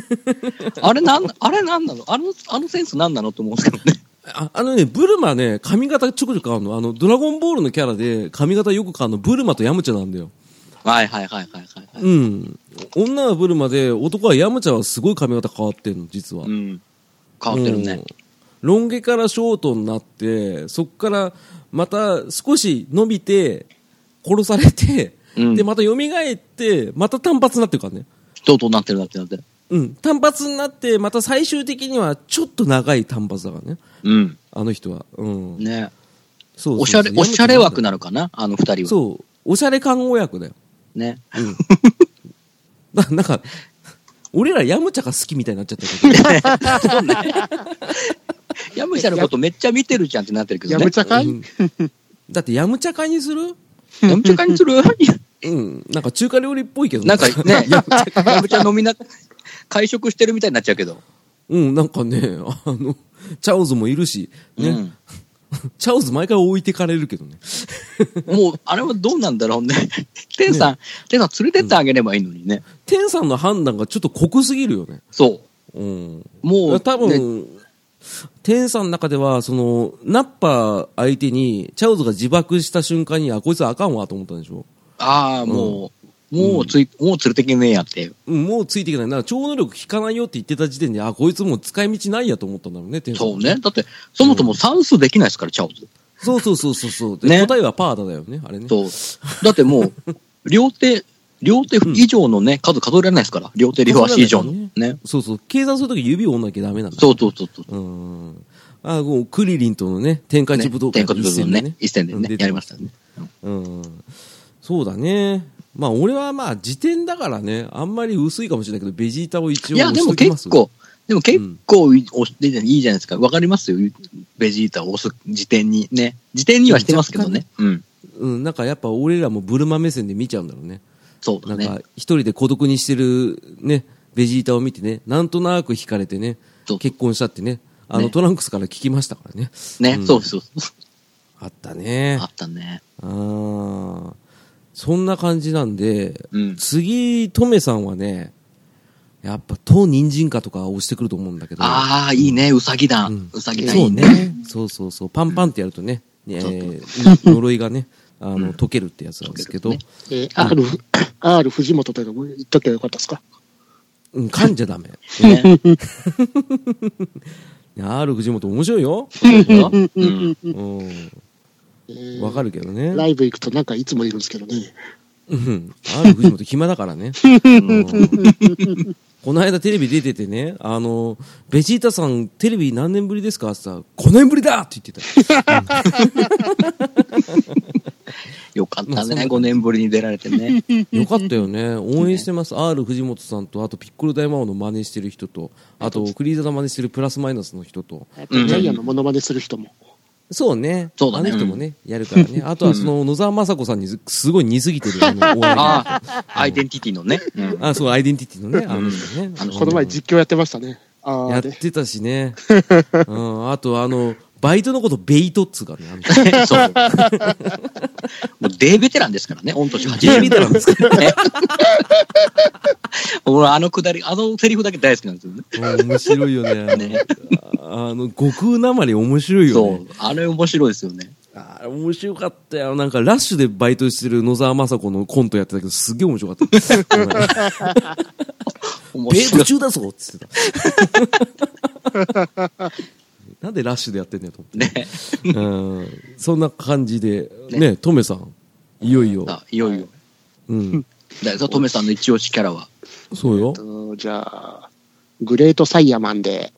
あれなん、あれなんなのあの、あのセンスなんなのと思うんですけどね。
ああのね、ブルマね、髪型ちょくちょく変わるの。あの、ドラゴンボールのキャラで髪型よく変わるの、ブルマとヤムチャなんだよ。
はいはいはいはいはいはい。
うん。女はブルマで、男はヤムチャはすごい髪型変わってるの、実は。
うん。変わってるね。
うんロン毛からショートになって、そっからまた少し伸びて、殺されて、
うん
で、また蘇って、また単発になってるからね。
どうどうなってるなってなって。
うん。単発になって、また最終的にはちょっと長い単発だからね。
うん。
あの人は。うん。
ね。
そうそうそう
おしゃれ、おしゃれ枠
な
なのかなあの二人は。
そう。おしゃれ看護役だよ。
ね。
ななんか、俺らヤムチャが好きみたいになっちゃったけど。
ヤムチャのことめっちゃ見てるじゃんってなってるけど
や
ね
め。ちゃかい
うんだってヤムチャ会にする
ヤムチャカにする
うん。なんか中華料理っぽいけど
なん かね、ヤムチャ飲みな、会食してるみたいになっちゃうけど。
うん、なんかね、あの、チャオズもいるし、ね。
うん
チャオズ毎回置いてかれるけどね。
もう、あれはどうなんだろうね。テンさん、テンさん連れてってあげればいいのにね。
テンさんの判断がちょっと濃すぎるよね。
そ
うん。
う。もう、
多
ね、
分、テンさんの中では、その、ナッパ相手に、チャオズが自爆した瞬間に、あ、こいつあかんわと思ったんでしょ。
ああ、もう、もうつい、もう連れてけねえやって。
うんもうついていけない。なんか超能力効かないよって言ってた時点で、あ、こいつもう使い道ないやと思ったんだろうね、テンさん。
そうね。。だって、そもそも算数できないですから、チャオズ。
そうそうそうそうそう。で
ね
答えはパーダだよね、あれね。
そう。だってもう、両手、両手以上のね、数数えられないですから。両手両足以上の。ね。
そうそう。計算するとき指を折んなきゃダメなんだ。
そうそうそうそう。
う。うん。あ、こう、クリリンとのね、天下一武道会
ね天下一武道会のね一戦でね
うん出て
やりましたね
うん。そうだね。まあ、俺はまあ、時点だからね、あんまり薄いかもしれないけど、ベジータを一応
いや、
押
で
し
も
ときます
結。構、でも結構い押していいじゃないですか。わかりますよ。ベジータを押す時点にね。時点にはしてますけどね。うん。
うん、なんかやっぱ俺らもブルマ目線で見ちゃうんだろうね。
そうだ
なん
ね
か。、一人で孤独にしてる、ね、ベジータを見てね、なんとなく惹かれてね
そう、
結婚したってね、あの、
ね
トランクスから聞きましたからね。
ね
う。ん
そうそうそう。
あったね
あ。ったね。
あーそんな感じなんで、
うん
次、トメさんはね、やっぱ、と人参かとか押してくると思うんだけど。
ああ、いいね。うさぎだ
うん。
うさぎだ。い
そう
いね。
ね。そうそうそう。パンパンってやるとね、えー呪いがね、あの、解けるってやつなんですけど、
解け
えー、R、R 藤本とか言っときゃよかったですか
うん、噛んじゃダメ。
ね
R 藤本面白いよ。
うん。
う
え
ん。
ー
わかるけどね。
ライブ行くとなんかいつもいるんですけどね。
うん。R 藤本暇だからね。うんこの間テレビ出ててね、あの、ベジータさんテレビ何年ぶりですかって言ったら、5年ぶりだって言ってた。
よかっ
まあ
た
そんな
ね。5年ぶりに出られて ね。
よかったよね。応援してます。R 藤本さんと、あとピッコロ大魔王の真似してる人と、あとクリーザーの真似してるプラスマイナスの人と。
あとジャイアンのモノマネする人も。
そうね。
そうだね
あの人もね、やるからね。あとはその野沢雅子さんにすすごい似すぎてる。あ の、お笑いの
ああ、アイデンティティのね。うん
あ、そう、アイデンティティのね、あの人ね。
この前実況やってましたね。あ
や
あ、
っ
で。
てたしね。うん、あとあの、バイトのことベイトっつうからね。あ の
そう。もうデーベテランですからね。御年
デイ
80
ビートなんですか
ね俺、あのくだり、あのセリフだけ大好きなんですよね。
うん面白いよね。 あの
ね
あの、悟空なまり面白いよ
そ
ね。
う。あれ面白いですよね。
あれ面白かったよ。なんか、ラッシュでバイトしてる野沢雅子のコントやってたけど、すげえ面白かった。うん
面
ベイ
白
ト
い。
中だぞっつってた。 なんでラッシュでやってんだよと思 って。
ね。
うんそんな感じで、ね、トメさん、いよいよ。
さあ、いよいよ。
うん。
だとめさんの一押しキャラは。
そうよ。
うんじゃあ、グレートサイヤマンで、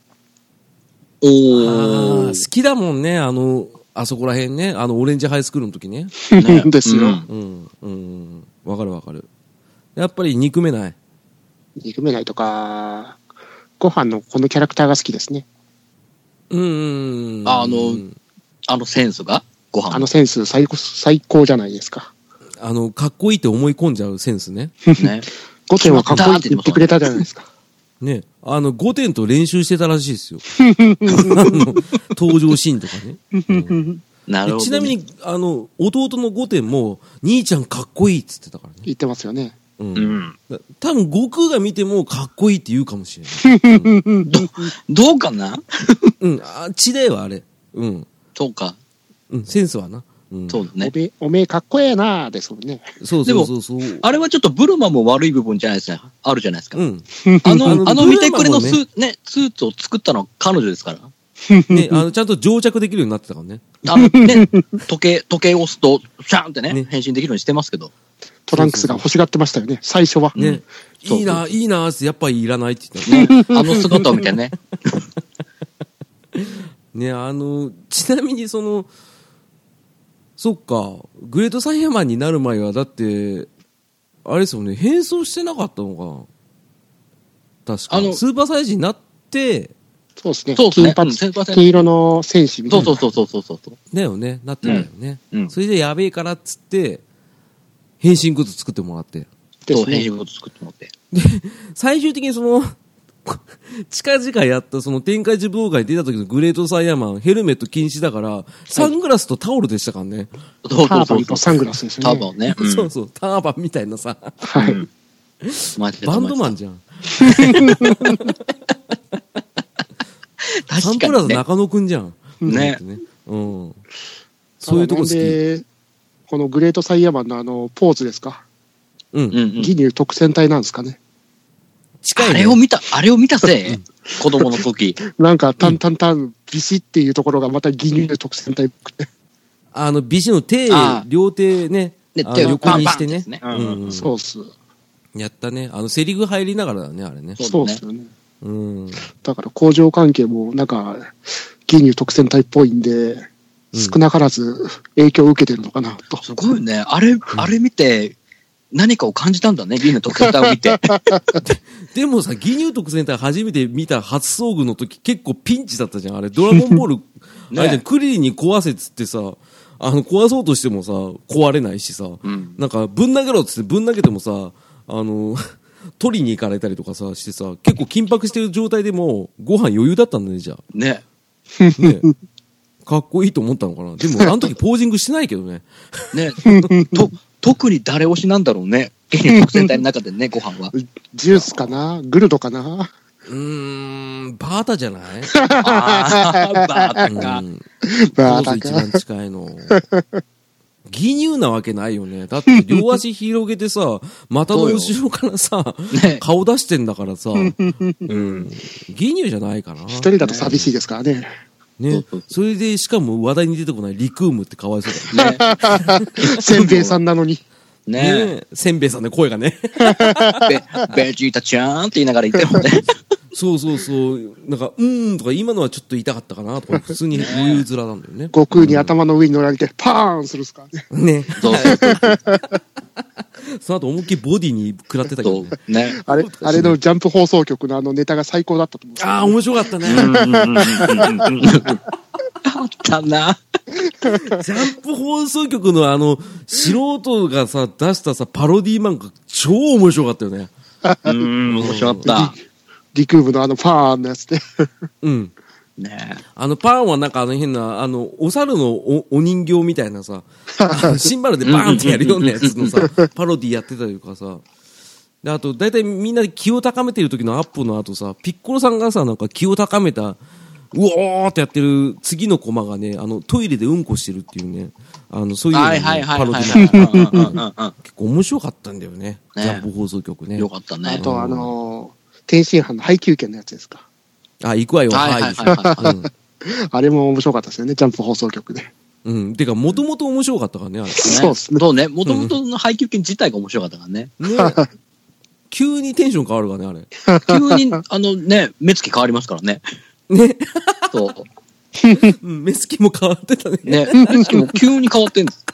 あ
お
ー好きだもんね、あの、あそこら辺ね、あの、オレンジハイスクールの時ね。
ね
ですよ
うん
うん、うん、わかるわかる。やっぱり憎めない。
憎めないとか、ご飯のこのキャラクターが好きですね。
うんうん、うん。
あのあのセンスがご飯
あのセンス最高、最高じゃないですか。
あの、かっこいいって思い込んじゃうセンスね。
ね。
5点はかっこいいって言ってくれたじゃないですか。
ね。あの、5点と練習してたらしい ですよ。あの登場シーンとかね。
なるほどね。
ちなみに、あの、弟の5点も、兄ちゃんかっこいいっつってたからね。
言ってますよね。
うん
うん。
だ多分、悟空が見てもかっこいいって言うかもしれない。
ど、どうかな
うん、あ、地ではあれ。うん。
そうか。
うん、センスはな。うん、
そうだ
お
ね。
めおめえかっこええなあですもんね。
そうそうそうそう。
あれはちょっとブルマも悪い部分じゃないですね。あるじゃないですか。
うん。
あの、
あ
あの
のブルマもね
見てくれのスーツ、ね、スーツを作ったのは彼女ですから。
ね、あの、ちゃんと定着できるようになってたからね。
あのね、 時計、時計を押すと、シャーンってね、
ね
変身できるようにしてますけど。
トランクスが欲しがってましたよね、最初は。
ね。
うん
いい
そうそ
な、
う
いいな、ってやっぱりいらないって言ったね。
ね、あの姿を見て ね。
ね、あの、ちなみにその、そっか、グレートサイヤマンになる前は、だって、あれですよね、変装してなかったのかな確か。
あの
スーパーサイヤ人になって、
そうですね。
そうですね
金髪、
うん先輩先
金色の戦士み
そ
たいうな。
そうそうそうそうそう。
だよね、なってたよね。
うんうん
それでやべえからっつって、変身グッズ作ってもらって。
そう、
です
変
ね
身ごと作ってもらって。
最終的にその、 近々やったその展開時動画に出た時のグレートサイヤーマン、ヘルメット禁止だから、サングラスとタオルでしたからね。
そ
ターバンとサングラスですよ
タ
ね。
ーバンね。ん
そうそう、ターバンみたいなさ、
はい。
マジで
バンドマ
ン。
ンじゃん。サン
確
プラ
か
ザ
にね。
中野くんじゃん。
ね
うん。そういうとこ好
なん
き。
でこのグレートサイヤーマンのあの、ポーズですか。
う。
うんんうん
ギニュー特戦隊なんですかね。
近
あ
いね
れを見た、あれを見たせい。子供の 時。
なんか、タンタンタン、ビシっていうところがまたギニュー特戦隊っぽくて。
あの、美人の手
ああ、
両手ね、
で
あの
手を
横にし
パンパ
て
ンで
ね
すね。
うんうん
そうっす。
やったね。あの、セリフ入りながらだね、あれね。
そ
そうう
だ
っ
ね
すよね。
うん。
だから工場関係もなんか、ギニュー特選隊っぽいんで、少なからず影響を受けてるのかなと。
すごいね。あれ、あれ見て、何かを感じたんだね。銀の特選隊を見 て。
でもさ、義乳特選隊初めて見た初遭遇の時結構ピンチだったじゃん。あれ、ドラゴンボール、あれじゃん、クリリンに壊せっつってさ、あの、壊そうとしてもさ、壊れないしさ、
ん
なんか、ぶん投げろっつってぶん投げてもさ、あの、 取りに行かれたりとかさ、してさ、結構緊迫してる状態でも、ご飯余裕だったんだね、じゃあ。
ね。
ねかっこいいと思ったのかな。でも、あの時ポージングしてないけどね。
ね。と、特に誰推しなんだろうね。銀の特選隊の中で ね、ご飯は。
ジュースかなグルドかな
うーん、バータじゃない
ああ、バ
う
ーカ。
ん。ポー
バータ
ズ一番
か。
近いの。 義乳なわけないよね。だって両足広げ てさ、股の後ろからさ、
ね
顔出してんだか らさ、うん。義乳じゃないかな。
一人だと寂しいですからね。
ね
そうそう。
それで、しかも話題に出てこないリクームってかわいそうだ
ね。
せんべいさんなのに。
ね。
ね
ねせんべいさんの 声がね。
ベベジータちゃんって言いながら言ってる もんね。
そうそうそう。なんか、うーんとか今のはちょっと痛かったかなと か、普通に言うずらなんだよね。
悟空に頭の上に乗られて、パーンするっすからね。
ね。
そうそうそう
その後思いっきりボディに食らってたけどね。
そう。ね。
あれ、あれのジャンプ放送局のあのネタが最高だったと思う。
ああ、面白かったね。
あったな。
ジャンプ放送局のあの、素人がさ、出したさ、パロディ漫画、超面白かったよね。
うん、面白かった。
リクーブのあのパーンのやつで。
うん。
ね
あの、パンはなんかあの変な、あの、お猿のおお人形みたいなさ、あのシンバルでバーンってやるようなやつのさ、パロディやってたりとかさ、で、あと、大体みんなで気を高めてる時のアップの後さ、ピッコロさんがさ、なんか気を高めた、うおーってやってる次のコマがね、あの、トイレでうんこしてるっていうね、あの、そういうのが
は
ね
いはいはい
パ
はい
ロデ
は
ィ
いうんうんうんうん
結構面白かったんだよね。
ね
ジャンプ放送局
う
ね。
ん。よかったね。
あとあのー、天津飯の配給券のやつですか。
あ、行くわよ、
はい
は
はい
い。
はいは
うん
あれも面白かったですよね、ジャンプ放送局で。
うん。てか、もともと面白かったからね、あれ。
そうっすね
そうね。もともとの配給券自体が面白かったからね。
ね 急にテンション変わるからね、
急に、あのね、目つき変わりますからね。
あれ。ね。
そ
うん目つきも変わってたね。
う。ね。目つきも急に変わってんです。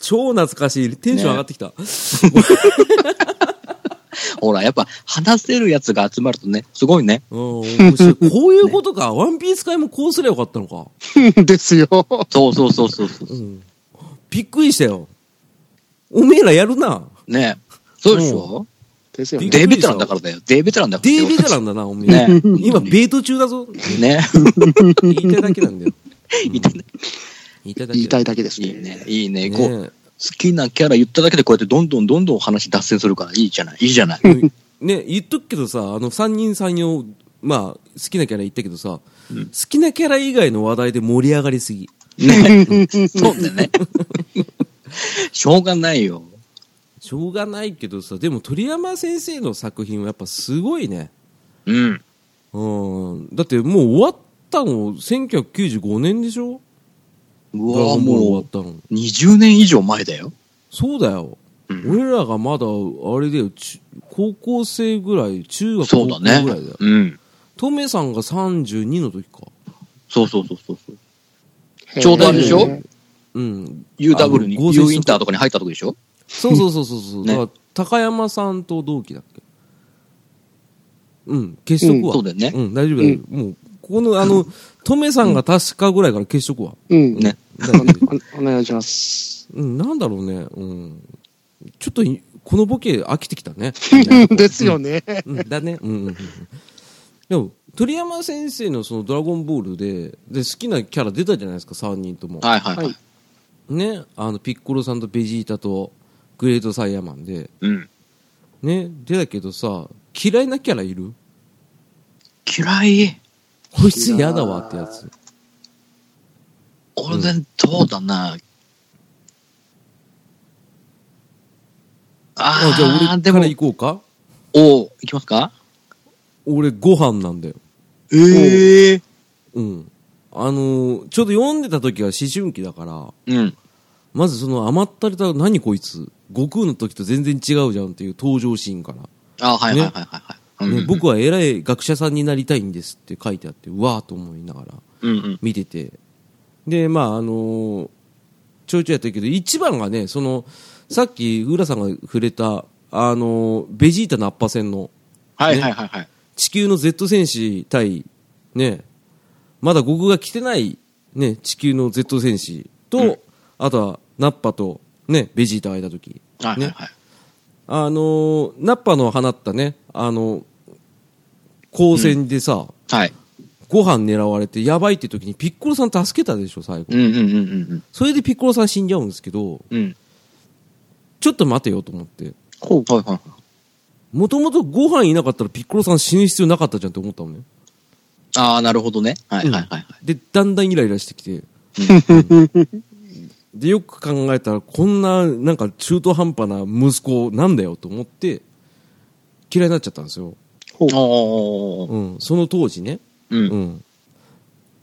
超懐かしい。テンション上がってきた。
ほら、やっぱ話せるやつが集まるとね、すごいね。
うん、面白い。こういうことか。ワンピース界もこうすればよかったのか。
ですよ。
そうそうそうそうそう。
うん。びっくりしたよ。おめえらやるな。
ね。そうでしょ
ですよね。
デイベテランだからだよ。デイベテランだから。
デイベテランだな、おめえ。
ね
今、ベート中だぞ。
ね。
言いたいだけなんだよ。
いてね
言いたいだけ。
言いたいだけです
いい
ね。
ね。いいね。こう、
ね
好きなキャラ言っただけでこうやってどんどんどんどん話脱線するからいいじゃない。いいじゃない。
ね、言っとくけどさ、あの、三人三様、まあ、好きなキャラ言ったけどさ、好きなキャラ以外の話題で盛り上がりすぎ。
ね。そうだよね。しょうがないよ。
しょうがないけどさ、でも鳥山先生の作品はやっぱすごいね。
うん。
うん。だってもう終わったの、1995年でしょ
う
ドラ
わ
ゴ
ぁ、
ンボール
も
終わったの。
う、20年以上前だよ。
そうだよ。
うん
俺らがまだ、あれだよ、ち高校生ぐらい、中学
そ
高
う
校
だ
ぐらいだ
ね
よ。。
うん。
トメさんが32の時か。
そうそうそうそうそう。
へー
ちょうどあれでしょ
うん。
UW に、
あの合成
U インターとかに入ったとこでしょ
そうそうそうそうそう。
ね
だから、高山さんと同期だっけ。うん、結束は。
そうだよね。
うん、大丈夫だよ。もう、ここの、あの、トメさんが確かぐらいから結束は。
うん。
ね。
大丈夫だよ
おお願い します。
うん、なんだろうね。うん。ち ょっとい、このボケ飽きてきたね。
ですよね。
うん、だね。うんうんうん。でも鳥山先生のそのドラゴンボールで、で、好きなキャラ出たじゃないですか、3人とも。
はいはいはい。
はい
ね、あの、ピッコロさんとベジータとグレートサイヤマンで。
うん。
ね、出たけどさ、嫌いなキャラいる
嫌い。
こいつ嫌だわってやつ。
これで、どうだな。
あ、じゃあ
ああ、
俺
で
か
も
ら、行こうか
おういきますか
俺ご飯なんだよ。
ええ
うん。あのーちょうど読んでた時は思春期だから、
うん。
まずその甘ったれた何こいつ、悟空の時と全然違うじゃんっていう登場シーンから。
あはいはいはいはいはい。
ね
うん、
僕は偉い学者さんになりたいんですって書いてあって、うわーと思いながら
うんうん。
見てて。で、まあ、あのーちょいちょいやったけど、一番がね、その、さっき浦さんが触れた、あのーベジータのアッパ戦の、
はいはいはいはい。
地球の Z 戦士対、ね、まだ悟空が来てない、ね、地球の Z 戦士と、あとは、ナッパと、ね、ベジータがいたとき。
はいはい
ね
はい。
あのーナッパの放ったね、あのー光線でさ、
はい。
ご飯狙われてやばいって時にピッコロさん助けたでしょ、最後。
うんうんうんうん
それでピッコロさん死んじゃうんですけど、
うん。うん。
ちょっと待てよと思って。
ほう。
はいはいはい。
もともとご飯いなかったらピッコロさん死ぬ必要なかったじゃんって思ったのね。
ああ、なるほどね。はいはいはいはい。
で、だんだんイライラしてきて。で、よく考えたら、こんな、なんか中途半端な息子なんだよと思って、嫌いになっちゃったんですよ。
ほう。
おー。
うん。その当時ね。
うん。う
うんん。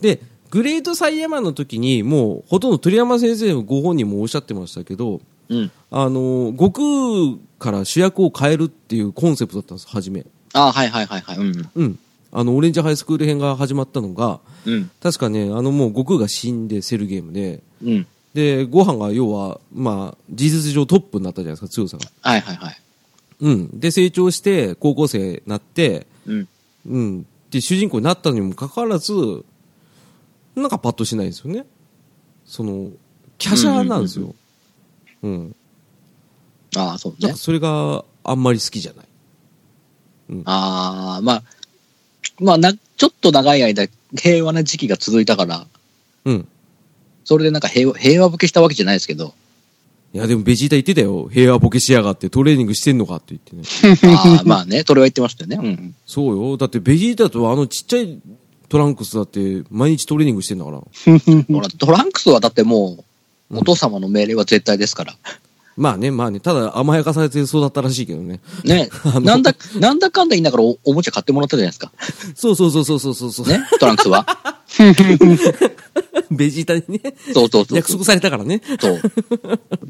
で、グレートサイヤマンの時に、もう、ほとんど鳥山先生もご本人もおっしゃってましたけど、
うん。
あの、悟空から主役を変えるっていうコンセプトだったんです、初め。
ああ、はいはいはいはい。うん。
うん。あの、オレンジハイスクール編が始まったのが、
うん。
確かね、あのもう悟空が死んで、セルゲームで、
うん。
で、ご飯が要は、まあ、事実上トップになったじゃないですか、強さが。
はいはいはい。
うん。で、成長して、高校生になって、
うん。
うん。で、主人公になったにもかかわらず、なんかパッとしないんですよね。その、華奢なんですよ。うん。
ああ、そう
なん
ね
か。それがあんまり好きじゃない。
ああ、まあ、まあな、ちょっと長い間、平和な時期が続いたから、
うん。
それでなんか平和、平和ボケしたわけじゃないですけ ど、
いや、でもベジータ言ってたよ。平和ボケしやがってトレーニングしてんのかって言ってね。
ああ、まあね、それは言ってましたよね。 うん。
そうよ。だってベジータとあのちっちゃいトランクスだって毎日トレーニングしてんだから。
ほら、トランクスはだってもう、お父様の命令は絶対ですから。
まあね、まあね。ただ甘やかされてそうだったらしいけどね。
ね
の、
なんだ、なんだかんだ言いながらおおもちゃ買ってもらったじゃないですか。
そうそうそうそうそうそうそう。
ね、トランクスは。
ベジータにね。
そうそうそう。
約束されたからね。
そう。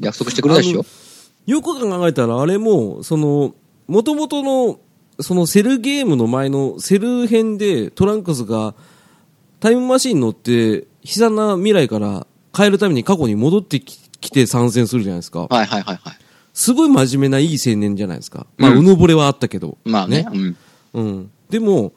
約束してくれたでしょ。
よく考えたらあれも、その、元々の、そのセルゲームの前のセル編でトランクスがタイムマシンに乗って悲惨な未来から変えるために過去に戻ってき来て参戦するじゃないですか。
はいはいはいはい。
すごい真面目ないい青年じゃないですか。まあ、
うん
うぬぼれはあったけど。
まあね、うん。
うん。でも、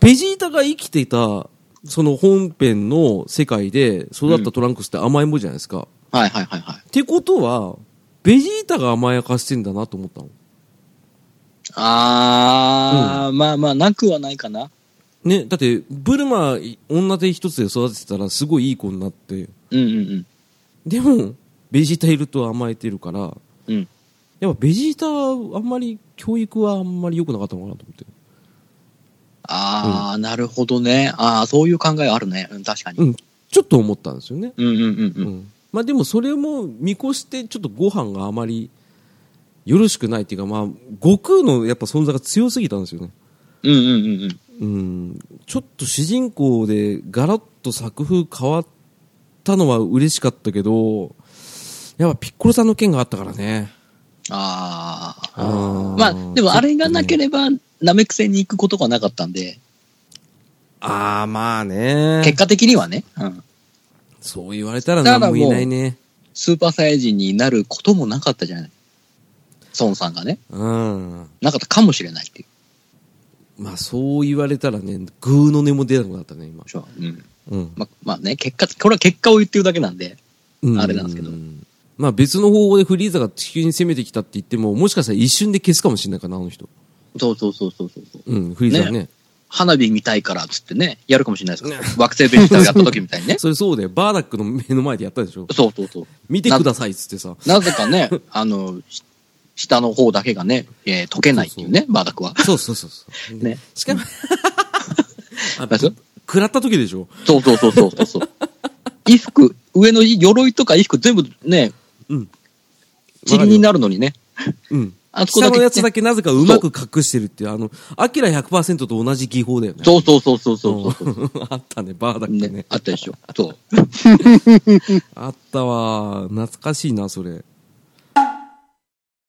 ベジータが生きていた、その本編の世界で育ったトランクスって甘えん坊じゃないですか。っ
はいはいはいはい。
てことは、ベジータが甘やかしてんだなと思ったの。
あー、まあまあ、なくはないかな。
ね、だって、ブルマ、女手一つで育ててたらすごいいい子になって、
うんうん
でも、ベジータいると甘えてるから、
うん。うん。
やっぱベジータはあんまり、教育はあんまり良くなかったのかなと思って。
あー、なるほどね。あー、そういう考えあるね。うん、確かに。
うん、ちょっと思ったんですよね。
うんうんうんう。
うんんまあでもそれも見越してちょっとご飯があまりよろしくないっていうかまあ悟空のやっぱ存在が強すぎたんですよね。
うんうんうんうん。
うん、ちょっと主人公でガラッと作風変わったのは嬉しかったけど、やっぱピッコロさんの件があったからね。
あー。
あー
まあ、でもあれがなければ、ナメク星に行くことがなかったんで、
ああ、まあね。
結果的にはね、うん、
そう言われたら何も言えないね。
スーパーサイヤ人になることもなかったじゃない。孫さんがね、
うん。
なかったかもしれないっていう。
まあそう言われたらね、グーの音も出なくなったね、今。
そううん
うん。
ままあね、結果、これは結果を言ってるだけなんで、
う
あれなんですけど。
まあ別の方法でフリーザが地球に攻めてきたって言っても、もしかしたら一瞬で消すかもしれないからな、あの人。
そうそうそうそうそうそう。
うん、フリーザはね。。
花火見たいからっつってね、やるかもしれないですから、惑星ベジターやった時みたいにね
それそうだよ。バーダックの目の前でやったでしょ。
そうそうそう。
見てくださいっつってさ。
なぜかね、あの、し下の方だけがね、えー溶けないっていうね、バーダックは。
そうそうそうそう。
ね。
しかも、 あ
あそう
食らった時でしょ。
そうそうそうそうそうそう。衣服、上の鎧とか衣服全部ね、
うん。
塵になるのにね。
うん。
あそこ
下
だけ
のやつだけなぜかうまく隠してるっていう、あの、アキラ100%と同じ技法だよね。
そうそうそうそうそうそう。
うん あったね、バーダックね。
ね、あったでしょ。そう。
あったわ。懐かしいな、それ。